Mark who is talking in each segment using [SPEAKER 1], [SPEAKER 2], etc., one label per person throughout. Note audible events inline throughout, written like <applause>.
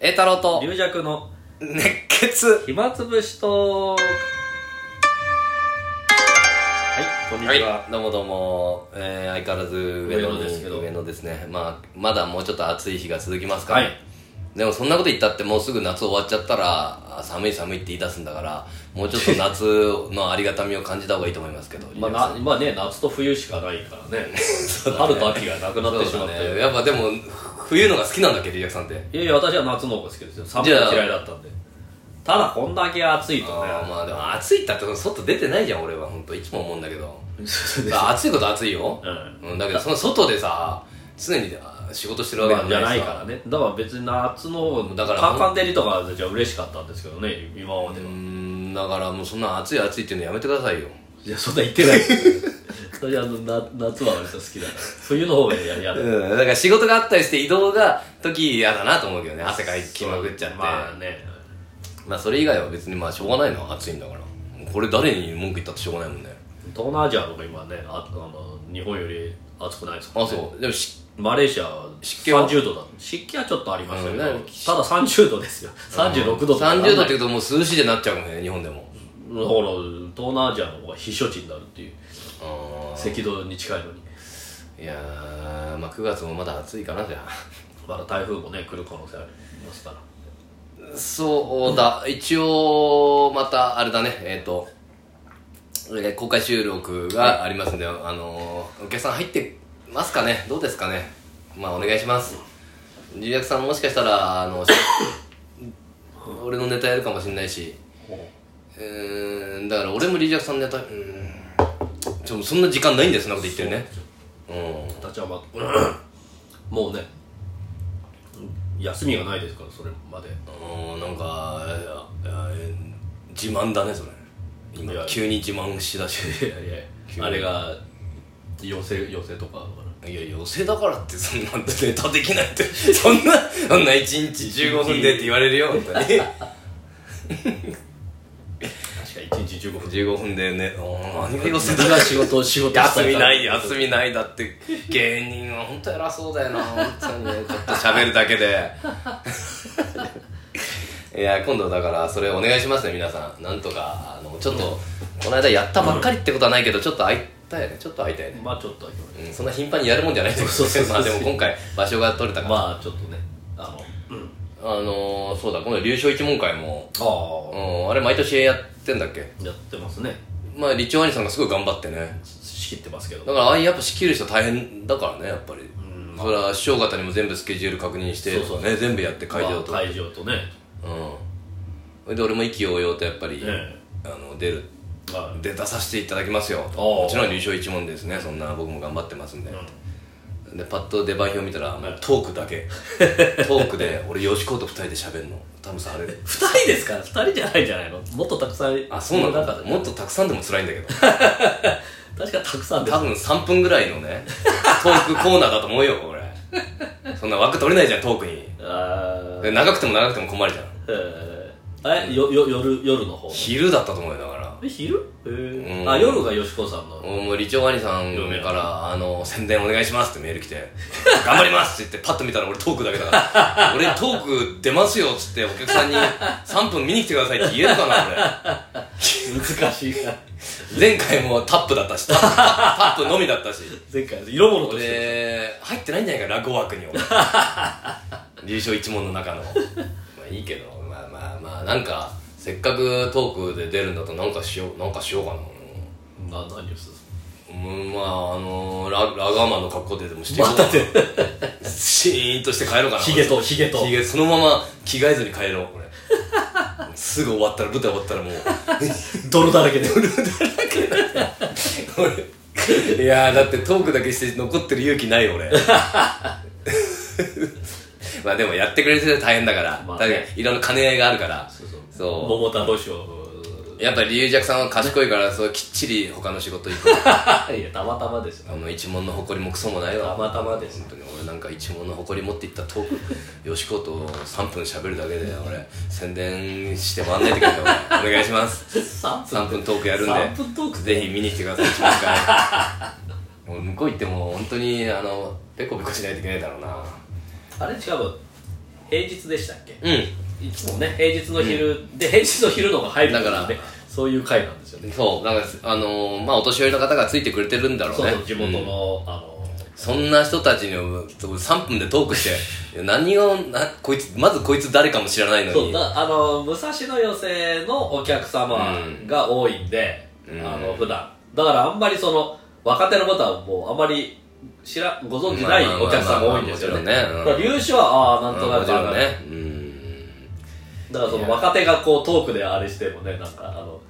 [SPEAKER 1] 栄太郎と
[SPEAKER 2] 龍弱の
[SPEAKER 1] 熱血
[SPEAKER 2] 暇つぶしとはいこんにちは、
[SPEAKER 1] はいどうもどうも、えー、相変わらず上野に
[SPEAKER 2] 上野ですけど
[SPEAKER 1] 上野ですね、まあ、まだもうちょっと暑い日が続きますから、
[SPEAKER 2] はい
[SPEAKER 1] でもそんなこと言ったってもうすぐ夏終わっちゃったらあ寒い寒いって言い出すんだからもうちょっと夏のありがたみを感じた方がいいと思いますけど、
[SPEAKER 2] まあ、なまあね夏と冬しかないからね
[SPEAKER 1] そうだね
[SPEAKER 2] 春と秋がなくなってしま
[SPEAKER 1] そう
[SPEAKER 2] って、
[SPEAKER 1] だねやっぱでも冬のが好きなんだっけリリアクさんって
[SPEAKER 2] いやいや私は夏の方が好きですよ寒い
[SPEAKER 1] じゃ
[SPEAKER 2] の
[SPEAKER 1] あ
[SPEAKER 2] 嫌いだったんでただこんだけ暑いとね
[SPEAKER 1] あーまあでも暑いったって外出てないじゃん俺は本当いつも思うんだけど
[SPEAKER 2] そうです
[SPEAKER 1] 暑いこと暑いよ、
[SPEAKER 2] うん
[SPEAKER 1] だけどその外でさ常にあ仕事してるわけ
[SPEAKER 2] じ
[SPEAKER 1] じ
[SPEAKER 2] ゃ
[SPEAKER 1] ゃ
[SPEAKER 2] な
[SPEAKER 1] ないい
[SPEAKER 2] から
[SPEAKER 1] さ
[SPEAKER 2] ねだから別に夏の方も
[SPEAKER 1] だから
[SPEAKER 2] カンカン照りとかじゃ嬉しかったんですけどね今まで
[SPEAKER 1] う
[SPEAKER 2] は、
[SPEAKER 1] ーんだからもうそんな暑い暑いっていうのやめてくださいよ
[SPEAKER 2] いやそんな言ってない <laughs> ですよ私あのな夏は割と好きだから冬の方がややだ
[SPEAKER 1] うんだから仕事があったりして移動が時嫌だなと思うけどね汗かきまくっちゃって
[SPEAKER 2] まあね
[SPEAKER 1] まあそれ以外は別にまあしょうがないのは暑いんだからこれ誰に文句言ったってしょうがないもんね
[SPEAKER 2] 東南アジアとか今ねああの日本より暑くないですから
[SPEAKER 1] あ
[SPEAKER 2] ね
[SPEAKER 1] そうでもし
[SPEAKER 2] マレーシアは
[SPEAKER 1] 湿気は
[SPEAKER 2] 30度だ湿気はちょっとありましたけど、
[SPEAKER 1] うんね
[SPEAKER 2] ただ30度ですよ36度とか
[SPEAKER 1] 30度って
[SPEAKER 2] だ
[SPEAKER 1] 言うともう涼しいでなっちゃうもんね日本でも
[SPEAKER 2] から東南アジアの方が避暑地になるっていう
[SPEAKER 1] あ
[SPEAKER 2] 赤道に近いのに
[SPEAKER 1] ーいやーまあ9月もまだ暑いかなじゃあ
[SPEAKER 2] まだ台風もね来る可能性ありますから
[SPEAKER 1] そうだ一応またあれだねえっ、と、えー公開収録がありますんで、あのーお客さん入ってますかねどうですかねまあお願いします重役さんもしかしたらあのし俺のネタやるかもしれないしうーんだから俺もリージャクさんのネタうーんちょそんな時間ないんですそんなこと言ってるねうん
[SPEAKER 2] 私はまもうね休みがないですからそれまで
[SPEAKER 1] うんなんかいやいや自慢だねそれ今
[SPEAKER 2] いや
[SPEAKER 1] 急に自慢しだし
[SPEAKER 2] いやいやあれが寄せ寄せとかだから
[SPEAKER 1] いや寄せだからってそんなネタできないって <laughs> そんなそんな1日15分でって言われるよ本当に
[SPEAKER 2] <laughs> 確か1日15分
[SPEAKER 1] 15分でねおー
[SPEAKER 2] <laughs>
[SPEAKER 1] 何が寄せ
[SPEAKER 2] 自分
[SPEAKER 1] だ
[SPEAKER 2] が仕事を仕事
[SPEAKER 1] 休みない <laughs> 休
[SPEAKER 2] み
[SPEAKER 1] みないだって芸人は本当偉そうだよな本当にねちょっと喋るだけで <laughs> いや今度だからそれお願いしますね皆さんなんとかあのちょっと、この間やったばっかりってことはないけどちょっと空いたよねちょっと空いたよね、
[SPEAKER 2] まあちょっとだけ俺
[SPEAKER 1] うん、そんな頻繁にやるもんじゃないです
[SPEAKER 2] そうそうそうそう
[SPEAKER 1] <laughs> まあでも今回場所が取れたから、
[SPEAKER 2] まあちょっとねあの、うん、
[SPEAKER 1] あのー、そうだ今度流暢一問会も、う
[SPEAKER 2] あ
[SPEAKER 1] ん、あれ毎年やってんだっけ
[SPEAKER 2] あやってますね
[SPEAKER 1] まあ理長兄さんがすごい頑張ってね
[SPEAKER 2] 仕切ってますけど
[SPEAKER 1] だからああいうやっぱ仕切る人大変だからねやっぱり、
[SPEAKER 2] ん
[SPEAKER 1] それは師匠方にも全部スケジュール確認して
[SPEAKER 2] そうそう
[SPEAKER 1] ね全部やって会場と、
[SPEAKER 2] まあ会場とね
[SPEAKER 1] うんそれで俺も意気揚々とやっぱり、
[SPEAKER 2] え
[SPEAKER 1] あの出る
[SPEAKER 2] えは
[SPEAKER 1] で出させていただきますよ
[SPEAKER 2] あ
[SPEAKER 1] もちろん優勝一問ですねそんな僕も頑張ってますんで、でパッと出番表見たらもうトークだ
[SPEAKER 2] <laughs>
[SPEAKER 1] けトークで俺吉子と二人で喋るの多分さあれ
[SPEAKER 2] い、2人ですから2人じゃないんじゃないのもっとたくさん
[SPEAKER 1] あそうなん
[SPEAKER 2] 中
[SPEAKER 1] だ
[SPEAKER 2] で
[SPEAKER 1] もっとたくさんでも辛いんだけど
[SPEAKER 2] 確かたくさんです
[SPEAKER 1] 多分3分ぐらいの <laughs> ねトークコーナーだと思うよ俺そんな枠取れないじゃんトークに
[SPEAKER 2] あー
[SPEAKER 1] で長くても長くても困るじゃん
[SPEAKER 2] えー、えよよ夜夜の方
[SPEAKER 1] 昼だったと思うよだから
[SPEAKER 2] え昼、えー
[SPEAKER 1] うん
[SPEAKER 2] あ夜がよしこさんの
[SPEAKER 1] もう理長兄さんから「あの宣伝お願いします」ってメール来て「頑張ります」って言ってパッと見たら俺トークだけだ <laughs> から「俺トーク出ますよ」っつってお客さんに「3分見に来てください」って言えるかな俺
[SPEAKER 2] 難しいな
[SPEAKER 1] 前回もタップだったしタップタップのみだったし
[SPEAKER 2] 前回色物として
[SPEAKER 1] 俺入ってないんじゃないか落語枠
[SPEAKER 2] <laughs>
[SPEAKER 1] に俺優勝一問の中のまあいいけどまあまあまあなんかせっかくトークで出るんだとなんかしようなんかしようかな
[SPEAKER 2] な何をする
[SPEAKER 1] うんまああのララガーマンの格好ででもしてようか
[SPEAKER 2] また
[SPEAKER 1] なシーンとして帰ろうかな
[SPEAKER 2] ヒゲとヒゲと
[SPEAKER 1] ヒゲそのまま着替えずに帰ろうこれすぐ終わったら舞台終わったらもう
[SPEAKER 2] 泥だらけで
[SPEAKER 1] <laughs> 俺いやーだってトークだけして残ってる勇気ないよ俺 <laughs> まあでもやってくれる人は大変だから、
[SPEAKER 2] まあね
[SPEAKER 1] 確かにいろんな兼ね合いがあるから
[SPEAKER 2] そうそう
[SPEAKER 1] そう
[SPEAKER 2] 桃太郎賞
[SPEAKER 1] やっぱり龍尺さんは賢いからそうきっちり他の仕事
[SPEAKER 2] <laughs>
[SPEAKER 1] 行く
[SPEAKER 2] いやたまたまですよ
[SPEAKER 1] あの一問の誇りもクソもないわ
[SPEAKER 2] たまたまです
[SPEAKER 1] 本当に俺なんか一問の誇り持っていったトークよしこと3分喋るだけで俺宣伝して回んないでくれよ俺お願いします
[SPEAKER 2] 3
[SPEAKER 1] 3分トークやるんで
[SPEAKER 2] 3分トーク
[SPEAKER 1] ぜひ見に来てください一番から
[SPEAKER 2] <laughs>
[SPEAKER 1] もう向こう行っても本当にあのペコペコしないといけないだろうな
[SPEAKER 2] あれしかも平日でしたっけ
[SPEAKER 1] う
[SPEAKER 2] いつもね平日の昼、で平日の昼の方が入るんですよね
[SPEAKER 1] だから
[SPEAKER 2] そういう回なんですよね
[SPEAKER 1] んそうなんかあのーまあお年寄りの方がついてくれてるんだろう
[SPEAKER 2] そう
[SPEAKER 1] ね
[SPEAKER 2] そう地元
[SPEAKER 1] うん
[SPEAKER 2] の、あの
[SPEAKER 1] そんな人たちに3分でトークして何をなこいつまずこいつ誰かも知らないのに
[SPEAKER 2] そうだあの武蔵野寄席のお客様が多いんで、
[SPEAKER 1] うん
[SPEAKER 2] あの普段だからあんまりその若手のことはもうあまり知らご存じないお客さんが多いんですよね
[SPEAKER 1] まあまあまあもちろんねうん
[SPEAKER 2] だから入手はああなんと
[SPEAKER 1] うん
[SPEAKER 2] な
[SPEAKER 1] も
[SPEAKER 2] く
[SPEAKER 1] ち
[SPEAKER 2] あ
[SPEAKER 1] ろ
[SPEAKER 2] る
[SPEAKER 1] んねうん
[SPEAKER 2] だからその若手がこうトークであれしてもねなんかあの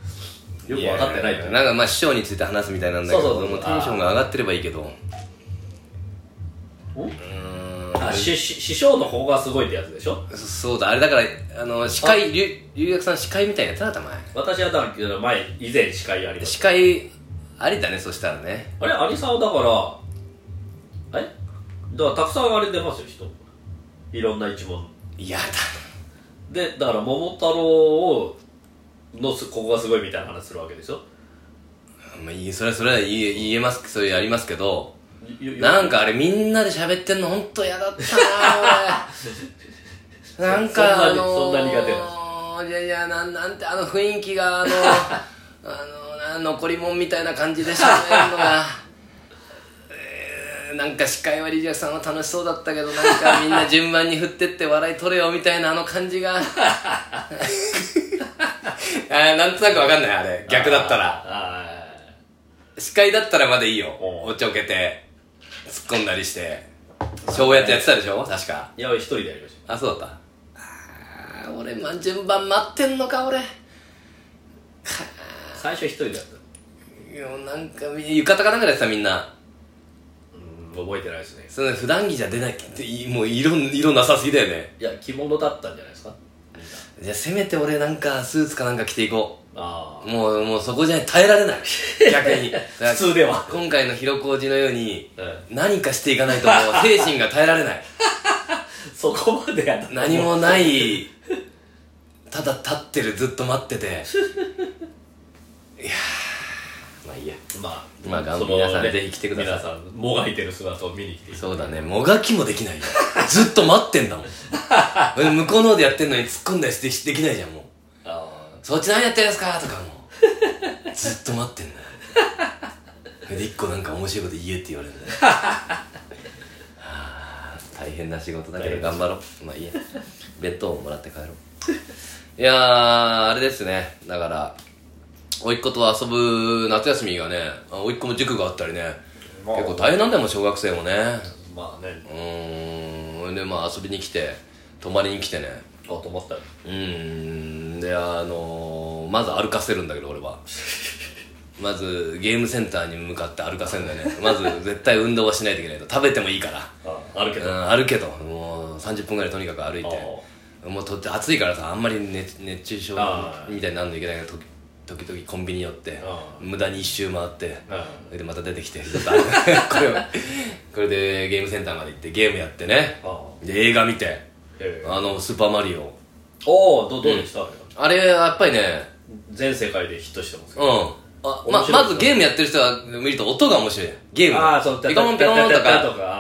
[SPEAKER 2] よく分かってないというか
[SPEAKER 1] んかまあ師匠について話すみたいなんだけど
[SPEAKER 2] そうそうそう
[SPEAKER 1] もテンションが上がってればいいけど
[SPEAKER 2] お
[SPEAKER 1] うーん
[SPEAKER 2] あしし師匠の方がすごいってやつでしょ
[SPEAKER 1] そうだあれだからあの司会龍龍薬さん司会みたいなやつだった前
[SPEAKER 2] 私はだから前以前司会やりまし
[SPEAKER 1] 司会ありだねそしたらね
[SPEAKER 2] たあれアリさんはだからえだからたくさんあれ出ますよ人いろんな一問
[SPEAKER 1] いやだ
[SPEAKER 2] でだから桃太郎をのすここがすごいみたいな話するわけでしょ
[SPEAKER 1] まあいいそれはそれは言え言えますそれやりますけど
[SPEAKER 2] ゆゆ
[SPEAKER 1] なんかあれみんなで喋ってんの本当嫌だった <laughs> ななんか
[SPEAKER 2] そんなに
[SPEAKER 1] あのー
[SPEAKER 2] そんな苦手
[SPEAKER 1] いやいやなんなんてあの雰囲気が <laughs> あのあのな残り物みたいな感じでしたねのがえーなんか司会はリジャクさんは楽しそうだったけどなんかみんな順番に振ってって笑い取れよみたいなあの感じが <laughs> あーなんとなくわかんないあれ逆だったら
[SPEAKER 2] あ
[SPEAKER 1] 司会だったらまだいいよ
[SPEAKER 2] うん
[SPEAKER 1] おちょけて突っ込んだりしてそうやってやってたでしょ確か
[SPEAKER 2] ーいや一人でやりまし
[SPEAKER 1] あそうだったあー俺ま順番待ってんのか俺
[SPEAKER 2] た最初一人でやった
[SPEAKER 1] いやなんかみ浴衣かなんかでやってたみんな
[SPEAKER 2] うん覚えてないですね
[SPEAKER 1] その普段着じゃ出ないっていもう色色なさすぎだよね
[SPEAKER 2] いや着物だったんじゃないですかみんな
[SPEAKER 1] じゃあせめて俺なんかスーツかなんか着ていこ
[SPEAKER 2] あ
[SPEAKER 1] うもうもうそこじゃ耐えられ
[SPEAKER 2] <laughs>
[SPEAKER 1] ない逆にだか
[SPEAKER 2] あ
[SPEAKER 1] ら
[SPEAKER 2] 普通では
[SPEAKER 1] 今回の広小路のように
[SPEAKER 2] うん
[SPEAKER 1] 何かしていかないともう精神が耐えられない
[SPEAKER 2] そこまでやった
[SPEAKER 1] 何もないただ立ってるずっと待ってていやーまあいいや
[SPEAKER 2] まあ、
[SPEAKER 1] まあ頑張
[SPEAKER 2] その
[SPEAKER 1] 皆さんぜひ来てください
[SPEAKER 2] 皆さんもがいてる姿を見に来て
[SPEAKER 1] そうだねもがきもできないよずっと待ってんだもん俺向こうの方でやってんのに突っ込んだりしてできないじゃんもう
[SPEAKER 2] あ
[SPEAKER 1] そっち何やってるんですかとかも <laughs> うずっと待ってんだよで一個なんか面白いこと言えって言われるんだよはあ大変な仕事だけど頑張ろうまあいいや弁当をもらって帰ろういやーあれですねだから甥っ子と遊ぶ夏休みがねあ甥っ子も塾があったりね
[SPEAKER 2] まあ
[SPEAKER 1] 結構大変なんだよもう小学生もね
[SPEAKER 2] ーまあね
[SPEAKER 1] うーんでまあ遊びに来て泊まりに来てね
[SPEAKER 2] あと思ったら
[SPEAKER 1] うーんであのまず歩かせるんだけど俺は <laughs> まずゲームセンターに向かって歩かせるんだ
[SPEAKER 2] <laughs>
[SPEAKER 1] よねまず絶対運動はしないといけないと食べてもいいから
[SPEAKER 2] ああるけど、あ
[SPEAKER 1] うん、歩けともう30分ぐらいとにかく歩いてもうとって暑いからさあんまり熱熱中症
[SPEAKER 2] あー
[SPEAKER 1] みたいになるのいけないからと時々コンビニ寄って
[SPEAKER 2] あー
[SPEAKER 1] 無駄に一周回って
[SPEAKER 2] あ
[SPEAKER 1] それでまた出てきてちょっと歩く <laughs> これをこれでゲームセンターまで行ってゲームやってね
[SPEAKER 2] ああ
[SPEAKER 1] で映画見て
[SPEAKER 2] ええ
[SPEAKER 1] あの「スーパーマリオ」
[SPEAKER 2] おおどどうでした、
[SPEAKER 1] あれはやっぱりね
[SPEAKER 2] 全世界でヒットしてますけ
[SPEAKER 1] うん
[SPEAKER 2] ど、
[SPEAKER 1] あ
[SPEAKER 2] 面
[SPEAKER 1] ま
[SPEAKER 2] 白い
[SPEAKER 1] まずゲームやってる人は見ると音が面白いゲーム
[SPEAKER 2] ああそう
[SPEAKER 1] ピコモンピコモンとか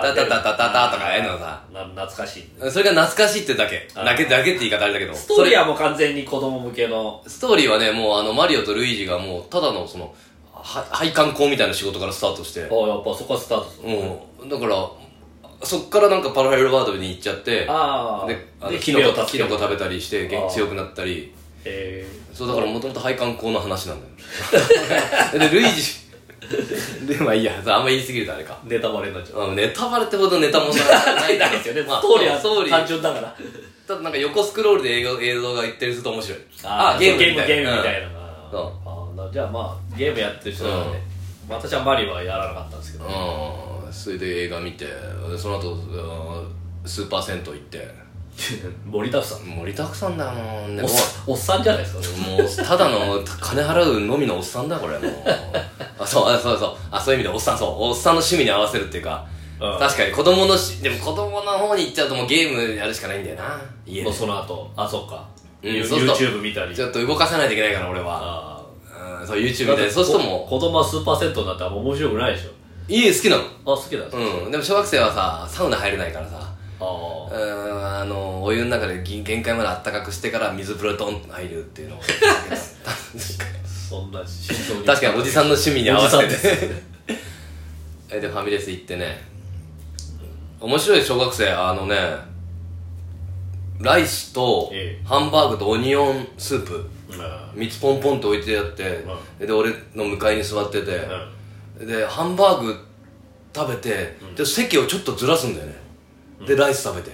[SPEAKER 2] タ
[SPEAKER 1] タタ
[SPEAKER 2] タタ
[SPEAKER 1] タタタタとかああいうのさ
[SPEAKER 2] な懐かしい
[SPEAKER 1] それが懐かしいってだけ
[SPEAKER 2] あー
[SPEAKER 1] だけだけって言い方あれだけど
[SPEAKER 2] ストーリー
[SPEAKER 1] そ
[SPEAKER 2] はもう完全に子供向けの
[SPEAKER 1] れストーリーはねもうあのマリオとルイージがもうただのそのは配管工みたいな仕事からスタートして
[SPEAKER 2] ああやっぱそこはスタートする、
[SPEAKER 1] うんだからそっからなんかパラレルワールドに行っちゃって
[SPEAKER 2] ああ
[SPEAKER 1] であの
[SPEAKER 2] で
[SPEAKER 1] キ
[SPEAKER 2] 姫
[SPEAKER 1] ノ
[SPEAKER 2] を
[SPEAKER 1] コ
[SPEAKER 2] 助
[SPEAKER 1] キ
[SPEAKER 2] け
[SPEAKER 1] ノ
[SPEAKER 2] る
[SPEAKER 1] コ食べたりしてげ
[SPEAKER 2] あー
[SPEAKER 1] 強くなったり
[SPEAKER 2] え
[SPEAKER 1] そうだからもともと配管工の話なん <laughs> だよでルイージでまあいいやあんま言い過ぎるとあれか
[SPEAKER 2] えネタバレになっちゃう
[SPEAKER 1] あネタバレってほどネタもんじゃ
[SPEAKER 2] ないないですよね、
[SPEAKER 1] まあ、
[SPEAKER 2] ストーリーは
[SPEAKER 1] ストーリ
[SPEAKER 2] 単
[SPEAKER 1] ー
[SPEAKER 2] 純だから
[SPEAKER 1] ただなんか横スクロールで映画映像がいってると面白い
[SPEAKER 2] あゲームゲーム
[SPEAKER 1] みた
[SPEAKER 2] ゲー
[SPEAKER 1] い
[SPEAKER 2] ム
[SPEAKER 1] な
[SPEAKER 2] みた
[SPEAKER 1] うん
[SPEAKER 2] いなのが
[SPEAKER 1] うん
[SPEAKER 2] あーじゃあまあゲームやってる人なんで、私はマリオはやらなかったんですけど、
[SPEAKER 1] うんそれで映画見てその後うんスーパー銭湯行って
[SPEAKER 2] 盛りだくさん
[SPEAKER 1] 盛りだくさんだもんね
[SPEAKER 2] おっさんおっさんじゃないですか
[SPEAKER 1] もうただの金払うのみのおっさんだこれ
[SPEAKER 2] <laughs>
[SPEAKER 1] もうあそうあそうそうあそういう意味でおっさんそうおっさんの趣味に合わせるっていうか、
[SPEAKER 2] うん
[SPEAKER 1] 確かに子供のしでも子供の方に行っちゃうともうゲームやるしかないんだよな家
[SPEAKER 2] も
[SPEAKER 1] で
[SPEAKER 2] うその後あそうか、
[SPEAKER 1] うん
[SPEAKER 2] You-
[SPEAKER 1] そうそう
[SPEAKER 2] YouTube 見たり
[SPEAKER 1] ちょっと動かさないといけないから俺は、
[SPEAKER 2] あ
[SPEAKER 1] うん、そう YouTube
[SPEAKER 2] ー
[SPEAKER 1] 見たりそうするとも
[SPEAKER 2] こ子供はスーパーセットになったらもう面白くないでしょ
[SPEAKER 1] う家好きなの
[SPEAKER 2] あ好きだ、うん、
[SPEAKER 1] うんでも小学生はさサウナ入れないからさ
[SPEAKER 2] あ
[SPEAKER 1] う
[SPEAKER 2] あ
[SPEAKER 1] ーんあのお湯の中でぎ限界まであったかくしてから水風呂ドンと入るっ
[SPEAKER 2] <laughs>
[SPEAKER 1] ていうのを
[SPEAKER 2] そんな心臓に
[SPEAKER 1] 確かにおじさんの趣味に合わせ
[SPEAKER 2] お
[SPEAKER 1] て
[SPEAKER 2] じ
[SPEAKER 1] <laughs> えでファミレス行ってね面白い小学生あのねライスと
[SPEAKER 2] ええ
[SPEAKER 1] ハンバーグとオニオンスープ
[SPEAKER 2] うん
[SPEAKER 1] 3つポンポンと置いてあって、で俺の向かいに座ってて、でハンバーグ食べて、で席をちょっとずらすんだよね、でライス食べて、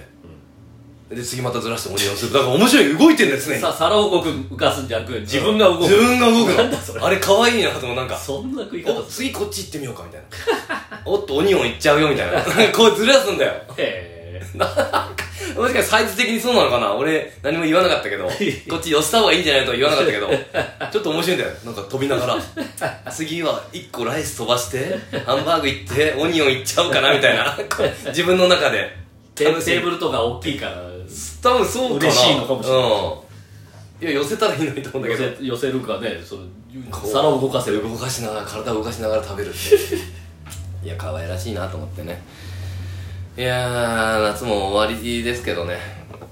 [SPEAKER 1] で次またずらしてオニオンスープだから面白い動いてるんですね
[SPEAKER 2] さ皿を動く浮かすんじゃなく自分が動く
[SPEAKER 1] 自分が動く
[SPEAKER 2] なんだそれ
[SPEAKER 1] のあれ可愛いなと思うなんか
[SPEAKER 2] そんな食い方
[SPEAKER 1] お次こっち行ってみようかみたい
[SPEAKER 2] <laughs>
[SPEAKER 1] なおっとオニオン行っちゃうよみたいなこうずらすんだよ
[SPEAKER 2] へえ
[SPEAKER 1] もしかしてサイズ的にそうなのかな俺何も言わなかったけ
[SPEAKER 2] <laughs>
[SPEAKER 1] どこっち寄せた方がいいんじゃないとは言わなかったけどちょっと面白いんだよなんか飛びながら次は1個ライス飛ばしてハンバーグ行ってオニオン行っちゃおうかなみたい
[SPEAKER 2] <laughs>
[SPEAKER 1] なこう自分の中で
[SPEAKER 2] テ
[SPEAKER 1] 楽
[SPEAKER 2] ー
[SPEAKER 1] しい
[SPEAKER 2] テーブルとか大きいから
[SPEAKER 1] 多分そうかな
[SPEAKER 2] 嬉しいのかもしれな
[SPEAKER 1] う
[SPEAKER 2] い
[SPEAKER 1] ん、いや寄せたらいいのにと思うんだ
[SPEAKER 2] 寄
[SPEAKER 1] けど
[SPEAKER 2] せ寄せるかねその
[SPEAKER 1] こう
[SPEAKER 2] 皿を動かせる
[SPEAKER 1] 動かしながら体を動かしながら食べるって
[SPEAKER 2] <laughs>
[SPEAKER 1] いういや可愛らしいなと思ってねいやー夏も終わりですけどね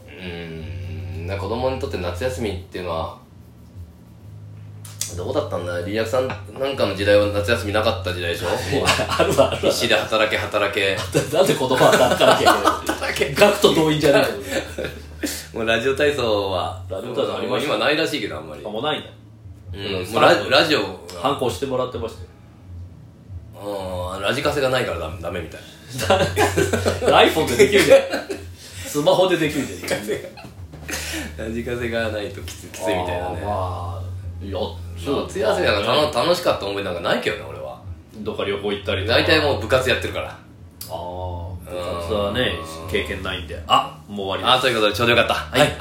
[SPEAKER 1] うーんな子供にとって夏休みっていうのはどうだったんだリアクさんなんかの時代は夏休みなかった時代
[SPEAKER 2] <laughs>
[SPEAKER 1] でしょもう
[SPEAKER 2] あるわあるわ
[SPEAKER 1] 必死で働け働け
[SPEAKER 2] なんで言葉はだったらけ
[SPEAKER 1] <laughs>
[SPEAKER 2] ガクと同意じゃない
[SPEAKER 1] もうラジオ体操は
[SPEAKER 2] ラジオ体操ありました
[SPEAKER 1] もう今ないらしいけどあんまり、
[SPEAKER 2] あもうないんだ
[SPEAKER 1] うん、もうララジオが
[SPEAKER 2] 反抗してもらってまし
[SPEAKER 1] うんラジカセがないからダメダメみたい
[SPEAKER 2] たよ iPhone でできるじゃん <laughs> スマホでできるじゃんきつい
[SPEAKER 1] ラジカセがないときつきついみたいなね
[SPEAKER 2] まあいや
[SPEAKER 1] そう夏休みなんか楽楽しかった思いなんかないけどね俺は
[SPEAKER 2] どっか旅行行ったりとか
[SPEAKER 1] 大体もう部活やってるから
[SPEAKER 2] ああ部活はね経験ないんであもう終わ
[SPEAKER 1] あ
[SPEAKER 2] りです
[SPEAKER 1] あということでちょうどよかったはい